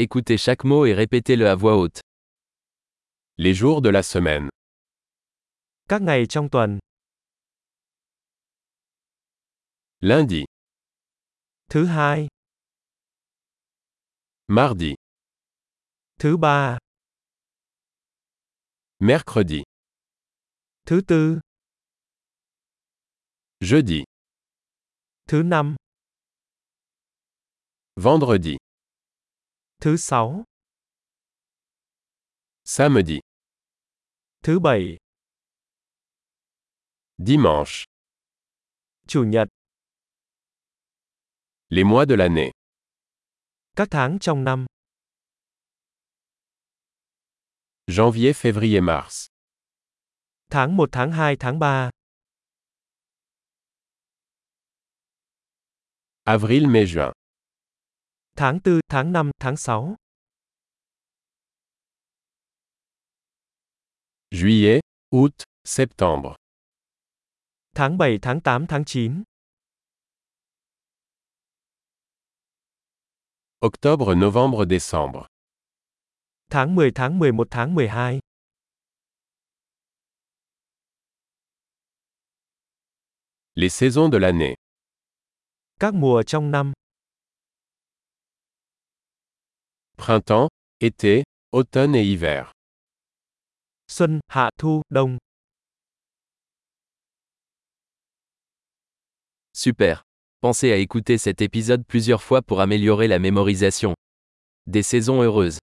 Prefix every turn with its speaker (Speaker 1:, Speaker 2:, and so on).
Speaker 1: Écoutez chaque mot et répétez-le à voix haute.
Speaker 2: Les jours de la semaine.
Speaker 3: Các ngày trong tuần,
Speaker 2: Lundi,
Speaker 3: thứ hai,
Speaker 2: mardi,
Speaker 3: thứ ba,
Speaker 2: mercredi,
Speaker 3: thứ tư,
Speaker 2: jeudi,
Speaker 3: thứ năm,
Speaker 2: vendredi,
Speaker 3: thứ sáu,
Speaker 2: samedi,
Speaker 3: thứ bảy,
Speaker 2: dimanche.
Speaker 3: chủ nhật,
Speaker 2: Les mois de l'année.
Speaker 3: các tháng trong năm,
Speaker 2: Janvier, février, mars.
Speaker 3: tháng 1, tháng 2, tháng 3,
Speaker 2: Avril, mai, juin.
Speaker 3: tháng 4, tháng 5, tháng 6,
Speaker 2: Juillet, août, septembre.
Speaker 3: tháng 7, tháng 8, tháng 9,
Speaker 2: Octobre, novembre, décembre.
Speaker 3: tháng 10, tháng 11, tháng 12,
Speaker 2: Les saisons de l'année.
Speaker 3: các mùa trong năm,
Speaker 2: Printemps, été, automne et hiver.
Speaker 3: xuân, hạ, thu, đông.
Speaker 1: Super. Pensez à écouter cet épisode plusieurs fois pour améliorer la mémorisation. Des saisons heureuses.